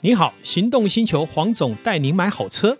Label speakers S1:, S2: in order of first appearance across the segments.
S1: 你好，行动星球黄总带您买好车。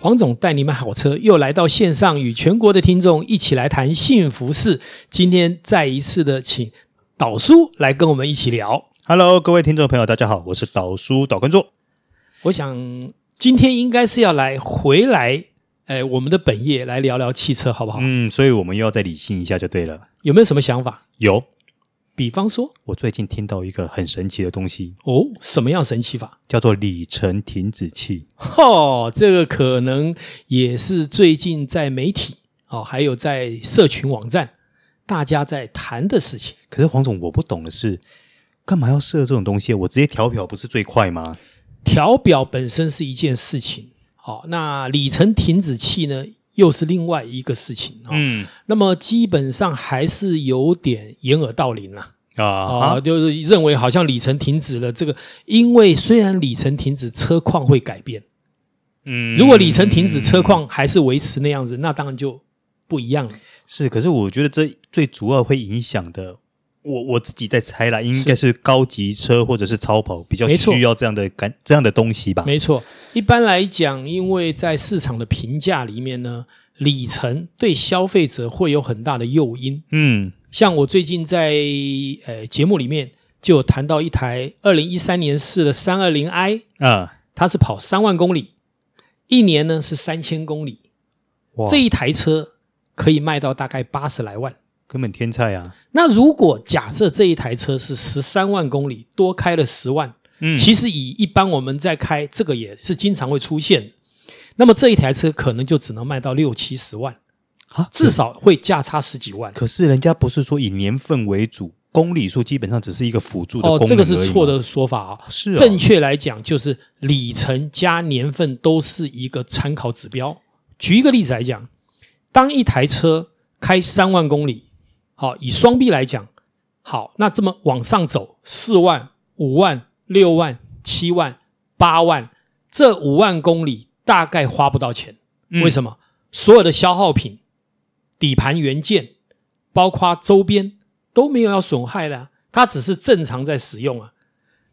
S1: 黄总带你买好车，又来到线上，与全国的听众一起来谈幸福事。今天再一次的请导叔来跟我们一起聊。
S2: Hello，各位听众朋友，大家好，我是导叔导观众。
S1: 我想今天应该是要来回来，哎，我们的本业来聊聊汽车，好不好？
S2: 嗯，所以我们又要再理性一下就对了。
S1: 有没有什么想法？
S2: 有，
S1: 比方说，
S2: 我最近听到一个很神奇的东西，
S1: 哦，什么样神奇法？
S2: 叫做里程停止器。
S1: 哦，这个可能也是最近在媒体哦，还有在社群网站，大家在谈的事情。
S2: 可是黄总，我不懂的是，干嘛要设这种东西？我直接调表不是最快吗？
S1: 调表本身是一件事情，好、那里程停止器呢，又是另外一个事情哦。
S2: 嗯
S1: 那么基本上还是有点掩耳盗铃啦、
S2: 啊，
S1: 哦，就是认为好像里程停止了。这个，因为虽然里程停止，车况会改变。
S2: 嗯
S1: 如果里程停止，车况还是维持那样子，那当然就不一样了。
S2: 是，可是我觉得这最主要会影响的，我我自己在猜啦，应该是高级车或者是超跑比较
S1: 没错
S2: 需要这样的感这样的东西吧。
S1: 没错，一般来讲，因为在市场的评价里面呢，里程对消费者会有很大的诱因。
S2: 嗯
S1: 像我最近在呃节目里面就有谈到一台二零一三年试的三二零 i，
S2: 啊，
S1: 它是跑三万公里，一年呢是三千公里，
S2: 哇，
S1: 这一台车可以卖到大概八十来万。
S2: 根本天菜啊！
S1: 那如果假设这一台车是十三万公里，多开了十万，
S2: 嗯
S1: 其实以一般我们在开这个也是经常会出现的。那么这一台车可能就只能卖到六七十万，
S2: 啊
S1: 至少会价差十几万。
S2: 可是人家不是说以年份为主，公里数基本上只是一个辅助的功
S1: 哦
S2: 能、，
S1: 这个是错，的说法啊、
S2: 是、哦、
S1: 正确来讲，就是里程加年份都是一个参考指标。举一个例子来讲，当一台车开三万公里，好，以双臂来讲，好，那这么往上走，四万、五万、六万、七万、八万，这五万公里大概花不到钱。为什么？所有的消耗品、底盘元件，包括周边都没有要损害的、啊，它只是正常在使用啊。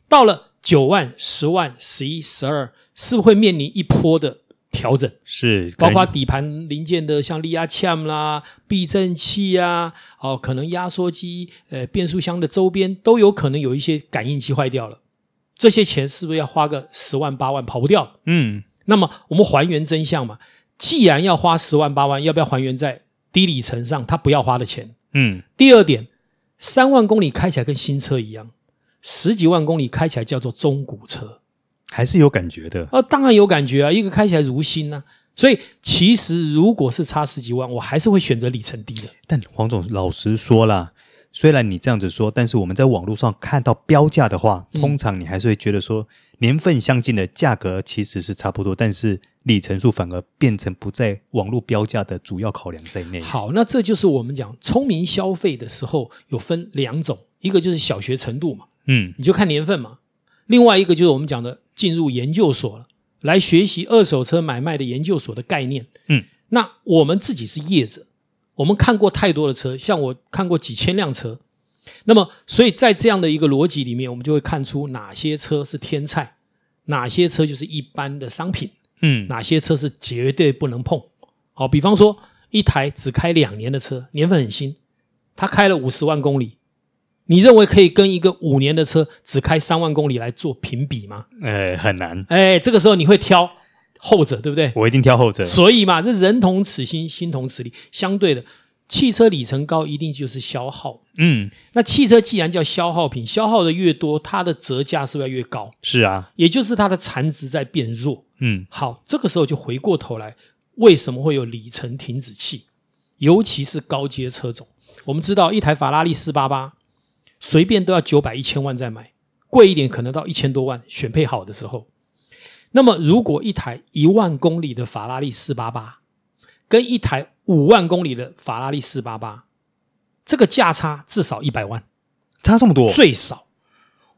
S1: 到了九万、十万、十一、十二，是不是会面临一波的调整？
S2: 是
S1: 包
S2: 可
S1: 括
S2: 能
S1: 底盘零件的，像力压 cam 啦、避震器啊，哦，可能压缩机、呃，变速箱的周边都有可能有一些感应器坏掉了。这些钱是不是要花个十万八万跑不掉？
S2: 嗯
S1: 那么我们还原真相嘛，既然要花十万八万，要不要还原在低里程上他不要花的钱？
S2: 嗯
S1: 第二点，三万公里开起来跟新车一样，十几万公里开起来叫做中古车，
S2: 还是有感觉的。
S1: 啊，当然有感觉啊，一个开起来如新呐、所以其实如果是差十几万，我还是会选择里程低的。
S2: 但黄总老实说啦，虽然你这样子说，但是我们在网络上看到标价的话，
S1: 嗯
S2: 通常你还是会觉得说年份相近的价格其实是差不多，但是里程数反而变成不在网络标价的主要考量在内。
S1: 好，那这就是我们讲聪明消费的时候有分两种，一个就是小学程度嘛，
S2: 嗯
S1: 你就看年份嘛。另外一个就是我们讲的进入研究所了，来学习二手车买卖的研究所的概念。
S2: 嗯，
S1: 那我们自己是业者，我们看过太多的车，像我看过几千辆车。那么，所以在这样的一个逻辑里面，我们就会看出哪些车是天菜，哪些车就是一般的商品，
S2: 嗯
S1: 哪些车是绝对不能碰。好，比方说一台只开两年的车，年份很新，它开了五十万公里，你认为可以跟一个五年的车只开三万公里来做评比吗？
S2: 呃，很难，
S1: 哎，这个时候你会挑后者，对不对？
S2: 我一定挑后者。
S1: 所以嘛，这人同此心，心同此理。相对的，汽车里程高一定就是消耗。
S2: 嗯，
S1: 那汽车既然叫消耗品，消耗的越多，它的折价是不是要越高？
S2: 是啊，
S1: 也就是它的残值在变弱。
S2: 嗯
S1: 好，这个时候就回过头来，为什么会有里程停止器？尤其是高阶车种，我们知道一台法拉利四八八，随便都要九百一千万再买，贵一点可能到一千多万，选配好的时候。那么，如果一台一万公里的法拉利四八八，跟一台五万公里的法拉利四八八，这个价差至少一百万，
S2: 差这么多，
S1: 最少。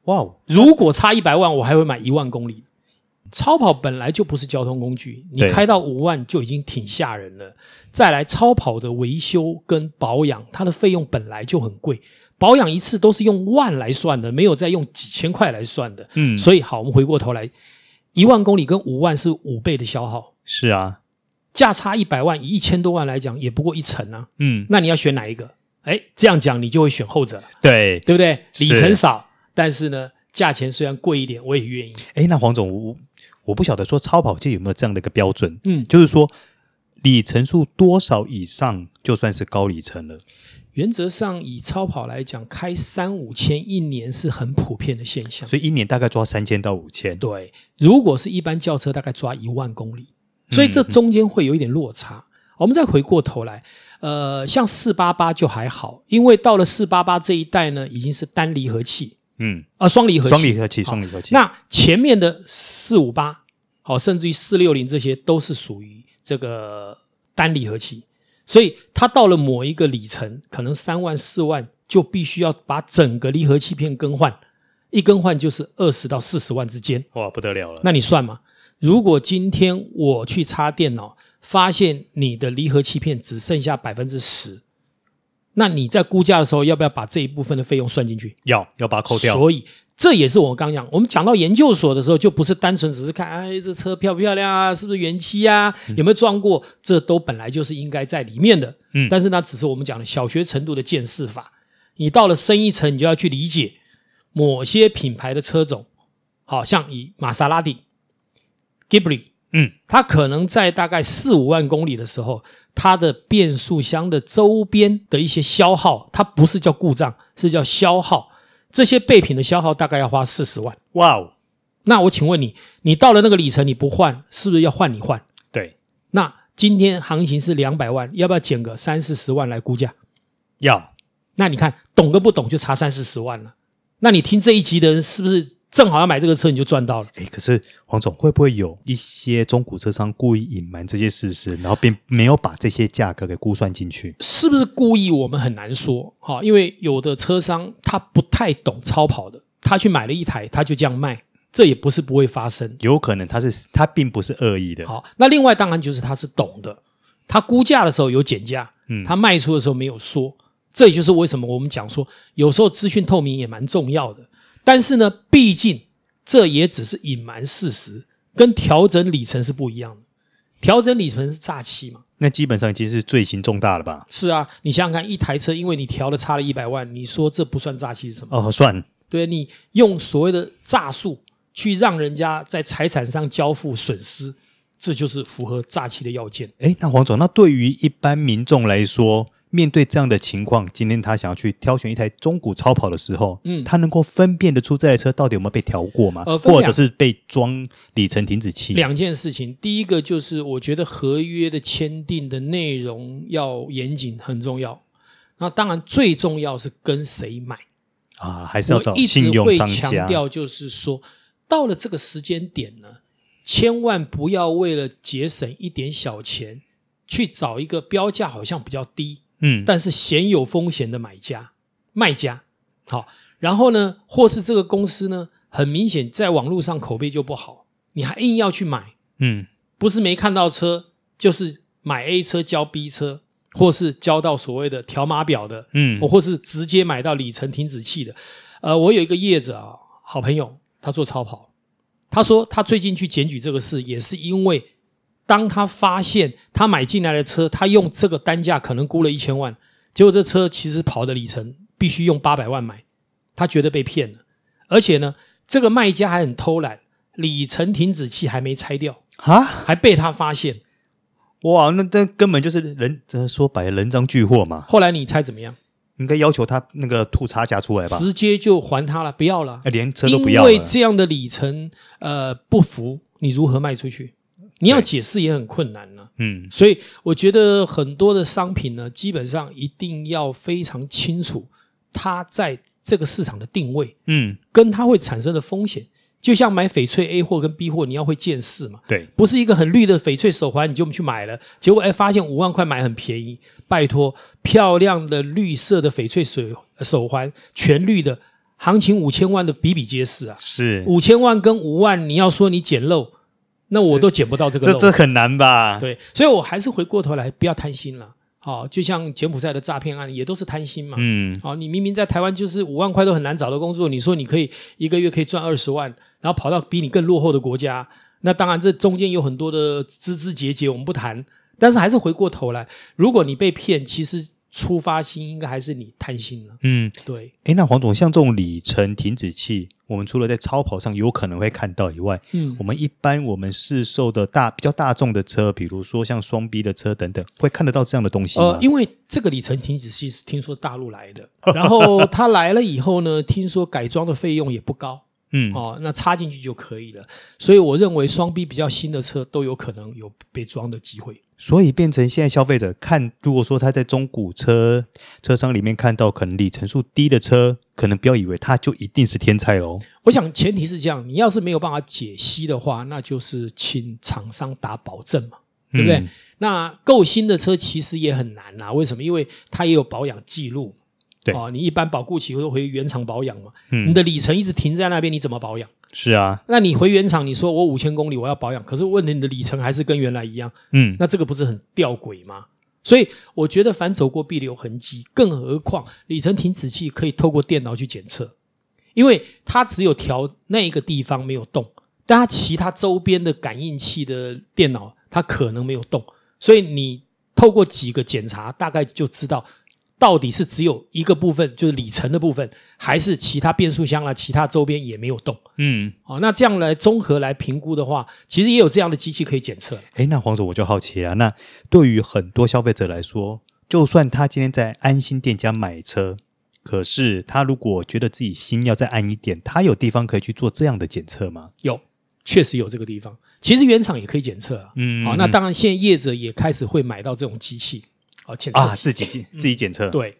S2: 哇哦，
S1: 如果差一百万，我还会买一万公里。超跑本来就不是交通工具，你
S2: 对
S1: 开到五万就已经挺吓人了。再来，超跑的维修跟保养，它的费用本来就很贵，保养一次都是用万来算的，没有再用几千块来算的。
S2: 嗯，
S1: 所以，好，我们回过头来，一万公里跟五万是五倍的消耗，
S2: 是啊，
S1: 价差一百万，以一千多万来讲，也不过一成啊。
S2: 嗯，
S1: 那你要选哪一个？哎，这样讲你就会选后者了，
S2: 对。
S1: 对不对？
S2: 是
S1: 里程少，但是呢，价钱虽然贵一点，我也愿意。
S2: 哎，那黄总，我我不晓得说超跑界有没有这样的一个标准，
S1: 嗯，
S2: 就是说里程数多少以上就算是高里程了。
S1: 原则上，以超跑来讲，开三五千一年是很普遍的现象。
S2: 所以一年大概抓三千到五千。
S1: 对，如果是一般轿车，大概抓一万公里，所以这中间会有一点落差。我们再回过头来，呃，像四八八就还好，因为到了四八八这一代呢，已经是单离合器
S2: 嗯，
S1: 啊、双离合器。
S2: 双离合器，
S1: 好
S2: 双离合器。
S1: 那前面的四五八，好，甚至于四六零这些都是属于这个单离合器，所以它到了某一个里程，可能三万四万，就必须要把整个离合器片更换，一更换就是二十到四十万之间。
S2: 哇，不得了了。
S1: 那你算嘛？如果今天我去插电脑，发现你的离合器片只剩下百分之十，那你在估价的时候要不要把这一部分的费用算进去？
S2: 要要把它扣掉。
S1: 所以这也是我刚讲，我们讲到研究所的时候，就不是单纯只是看，哎，这车漂不漂亮啊，是不是原漆啊，有没有撞过，这都本来就是应该在里面的。
S2: 嗯
S1: 但是那只是我们讲的小学程度的见识法，你到了深一层，你就要去理解某些品牌的车种，好像以玛莎拉蒂、Ghibli。
S2: 嗯，
S1: 它可能在大概四五万公里的时候，它的变速箱的周边的一些消耗，它不是叫故障，是叫消耗。这些备品的消耗大概要花四十万。
S2: 哇哦，
S1: 那我请问你，你到了那个里程你不换，是不是要换你换？
S2: 对，
S1: 那今天行情是两百万，要不要减个三四十万来估价？
S2: 要
S1: 那你看懂跟不懂就差三四十万了。那你听这一集的人是不是正好要买这个车你就赚到了？
S2: 哎，可是黄总会不会有一些中古车商故意隐瞒这些事实，然后并没有把这些价格给估算进去？
S1: 是不是故意？我们很难说哈、因为有的车商他不太懂超跑的，他去买了一台，他就这样卖，这也不是不会发生。
S2: 有可能他是他并不是恶意的。
S1: 好，那另外当然就是他是懂的，他估价的时候有减价，
S2: 嗯
S1: 他卖出的时候没有说，这也就是为什么我们讲说，有时候资讯透明也蛮重要的。但是呢，毕竟这也只是隐瞒事实，跟调整里程是不一样的。调整里程是诈欺嘛？
S2: 那基本上已经是罪行重大了吧？
S1: 是啊，你想想看，一台车因为你调了差了一百万，你说这不算诈欺是什么？
S2: 哦，算
S1: 对你用所谓的诈术去让人家在财产上交付损失，这就是符合诈欺的要件。
S2: 哎，那黄总，那对于一般民众来说，面对这样的情况，今天他想要去挑选一台中古超跑的时候，嗯，他能够分辨得出这台车到底有没有被调过吗？
S1: 呃分
S2: 或
S1: 两
S2: 者是被装里程停止器？
S1: 两件事情，第一个就是我觉得合约的签订的内容要严谨，很重要。那当然最重要是跟谁买，
S2: 啊，还是要找
S1: 我一
S2: 信
S1: 直
S2: 用
S1: 会
S2: 商
S1: 强
S2: 家？
S1: 调，就是说到了这个时间点呢，千万不要为了节省一点小钱，去找一个标价好像比较低，
S2: 嗯，
S1: 但是鲜有风险的买家、卖家。好，然后呢，或是这个公司呢，很明显在网络上口碑就不好，你还硬要去买，
S2: 嗯，
S1: 不是没看到车，就是买 A 车交 B 车，或是交到所谓的条码表的，
S2: 嗯
S1: 哦或是直接买到里程停止器的。呃，我有一个业者啊，好朋友，他做超跑，他说他最近去检举这个事，也是因为当他发现他买进来的车，他用这个单价可能估了一千万，结果这车其实跑的里程必须用八百万买，他觉得被骗了，而且呢，这个卖家还很偷懒，里程停止器还没拆掉。
S2: 啊，
S1: 还被他发现。
S2: 哇，那这根本就是人，这说白了人赃俱获嘛，
S1: 后来你猜怎么样？
S2: 应该要求他那个吐差价出来吧？
S1: 直接就还他了，不要了，
S2: 哎连车都不
S1: 因
S2: 要
S1: 为
S2: 了，
S1: 这样的里程，呃，不服，你如何卖出去？你要
S2: 对
S1: 解释也很困难呢、
S2: 嗯，
S1: 所以我觉得很多的商品呢，基本上一定要非常清楚它在这个市场的定位，
S2: 嗯，
S1: 跟它会产生的风险。就像买翡翠 A 货跟 B 货，你要会见识嘛。
S2: 对，
S1: 不是一个很绿的翡翠手环，你就去买了，结果哎发现五万块买很便宜，拜托，漂亮的绿色的翡翠水呃手环，全绿的，行情五千万的比比皆是啊，
S2: 是，
S1: 五千万跟五万，你要说你捡漏，那我都捡不到这个
S2: 这
S1: 漏。
S2: 这很难吧？
S1: 对，所以我还是回过头来，不要贪心了。好、就像柬埔寨的诈骗案也都是贪心嘛。
S2: 嗯，
S1: 好、你明明在台湾就是五万块都很难找的工作，你说你可以一个月可以赚二十万，然后跑到比你更落后的国家，那当然这中间有很多的枝枝节节，我们不谈。但是还是回过头来，如果你被骗，其实出发心应该还是你贪心了。
S2: 嗯，
S1: 对，
S2: 哎，那黄总，像这种里程停止器，我们除了在超跑上有可能会看到以外，
S1: 嗯
S2: 我们一般我们市售的大比较大众的车，比如说像双 B 的车等等，会看得到这样的东西吗？
S1: 呃，因为这个里程停止器是听说大陆来的， 然后它来了以后呢，听说改装的费用也不高
S2: 嗯，
S1: 哦，那插进去就可以了。所以我认为双 B 比较新的车都有可能有被装的机会。
S2: 所以变成现在消费者看，如果说他在中古车车商里面看到可能里程数低的车，可能不要以为它就一定是天菜喽。
S1: 我想前提是这样，你要是没有办法解析的话，那就是请厂商打保证嘛，对不对？
S2: 嗯
S1: 那够新的车其实也很难啊，为什么？因为它也有保养记录。
S2: 对
S1: 哦，你一般保固期都回原厂保养嘛，
S2: 嗯
S1: 你的里程一直停在那边，你怎么保养？
S2: 是啊，
S1: 那你回原厂，你说我五千公里我要保养，可是问题你的里程还是跟原来一样，
S2: 嗯，
S1: 那这个不是很吊诡吗？所以我觉得凡走过必留痕迹，更何况里程停止器可以透过电脑去检测，因为它只有调那一个地方没有动，但它其他周边的感应器的电脑它可能没有动，所以你透过几个检查，大概就知道到底是只有一个部分，就是里程的部分，还是其他变速箱啦、其他周边也没有动。
S2: 嗯，
S1: 哦，那这样来综合来评估的话，其实也有这样的机器可以检测。
S2: 诶，那黄总我就好奇了，那对于很多消费者来说，就算他今天在安心店家买车，可是他如果觉得自己心要再安一点，他有地方可以去做这样的检测吗？
S1: 有，确实有这个地方。其实原厂也可以检测啊。
S2: 嗯
S1: 好、那当然现在业者也开始会买到这种机器，哦，检测
S2: 啊，
S1: 器
S2: 自己检自己检测，
S1: 嗯对，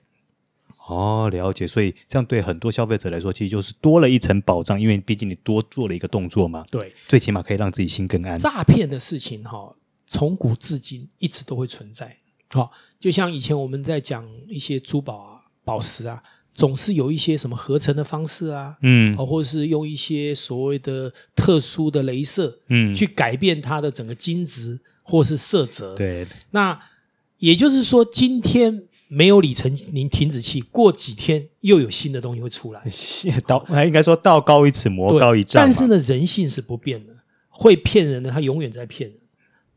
S2: 哦，了解。所以这样对很多消费者来说，其实就是多了一层保障，因为毕竟你多做了一个动作嘛，
S1: 对，
S2: 最起码可以让自己心更安。
S1: 诈骗的事情哈、从古至今一直都会存在。好、就像以前我们在讲一些珠宝啊、宝石啊，总是有一些什么合成的方式啊，
S2: 嗯
S1: 哦，或是用一些所谓的特殊的镭射，
S2: 嗯，
S1: 去改变它的整个金值或是色泽。
S2: 对，
S1: 那也就是说，今天没有里程零停止器，过几天又有新的东西会出来。
S2: 道还应该说道高一尺，魔
S1: 对，
S2: 高一丈嘛。
S1: 但是呢，人性是不变的，会骗人的他永远在骗人，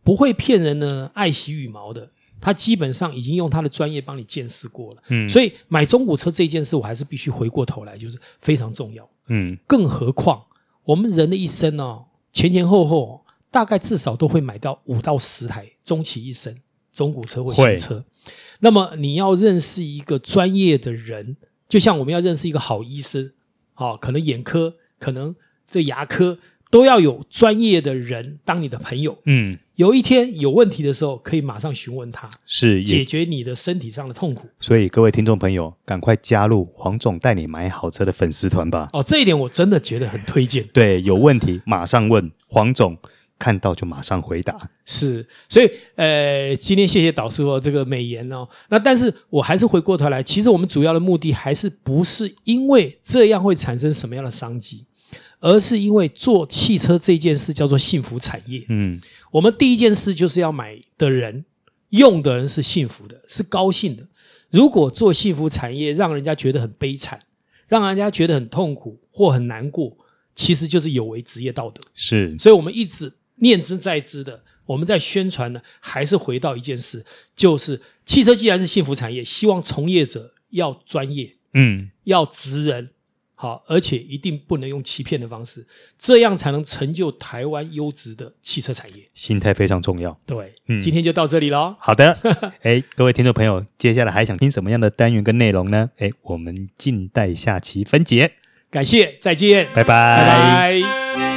S1: 不会骗人呢，爱惜羽毛的。他基本上已经用他的专业帮你见识过了，
S2: 嗯
S1: 所以买中古车这件事，我还是必须回过头来，就是非常重要。
S2: 嗯
S1: 更何况我们人的一生哦，前前后后大概至少都会买到五到十台，终其一生中古车或新车。那么你要认识一个专业的人，就像我们要认识一个好医师，哦，可能眼科，可能这牙科都要有专业的人当你的朋友。
S2: 嗯，
S1: 有一天有问题的时候，可以马上询问他，
S2: 是
S1: 解
S2: 也。
S1: 决你的身体上的痛苦。
S2: 所以各位听众朋友，赶快加入黄总带你买好车的粉丝团吧。
S1: 哦，这一点我真的觉得很推荐。
S2: 对，有问题马上问黄总，看到就马上回答。
S1: 是，所以呃，今天谢谢导师哦，这个美言哦。那但是我还是回过头来，其实我们主要的目的还是不是因为这样会产生什么样的商机，而是因为做汽车这件事叫做幸福产业。
S2: 嗯
S1: 我们第一件事就是要买的人用的人是幸福的，是高兴的。如果做幸福产业，让人家觉得很悲惨，让人家觉得很痛苦或很难过，其实就是有违职业道德。
S2: 是
S1: 所以我们一直念之在之的，我们在宣传呢，还是回到一件事，就是汽车既然是幸福产业，希望从业者要专业，
S2: 嗯
S1: 要职人，好，而且一定不能用欺骗的方式，这样才能成就台湾优质的汽车产业。
S2: 心态非常重要。
S1: 对，
S2: 嗯
S1: 今天就到这里喽。
S2: 好 的，哎，各位听众朋友，接下来还想听什么样的单元跟内容呢？哎，我们静待下期分解，
S1: 感谢，再见，
S2: 拜拜。
S1: 拜拜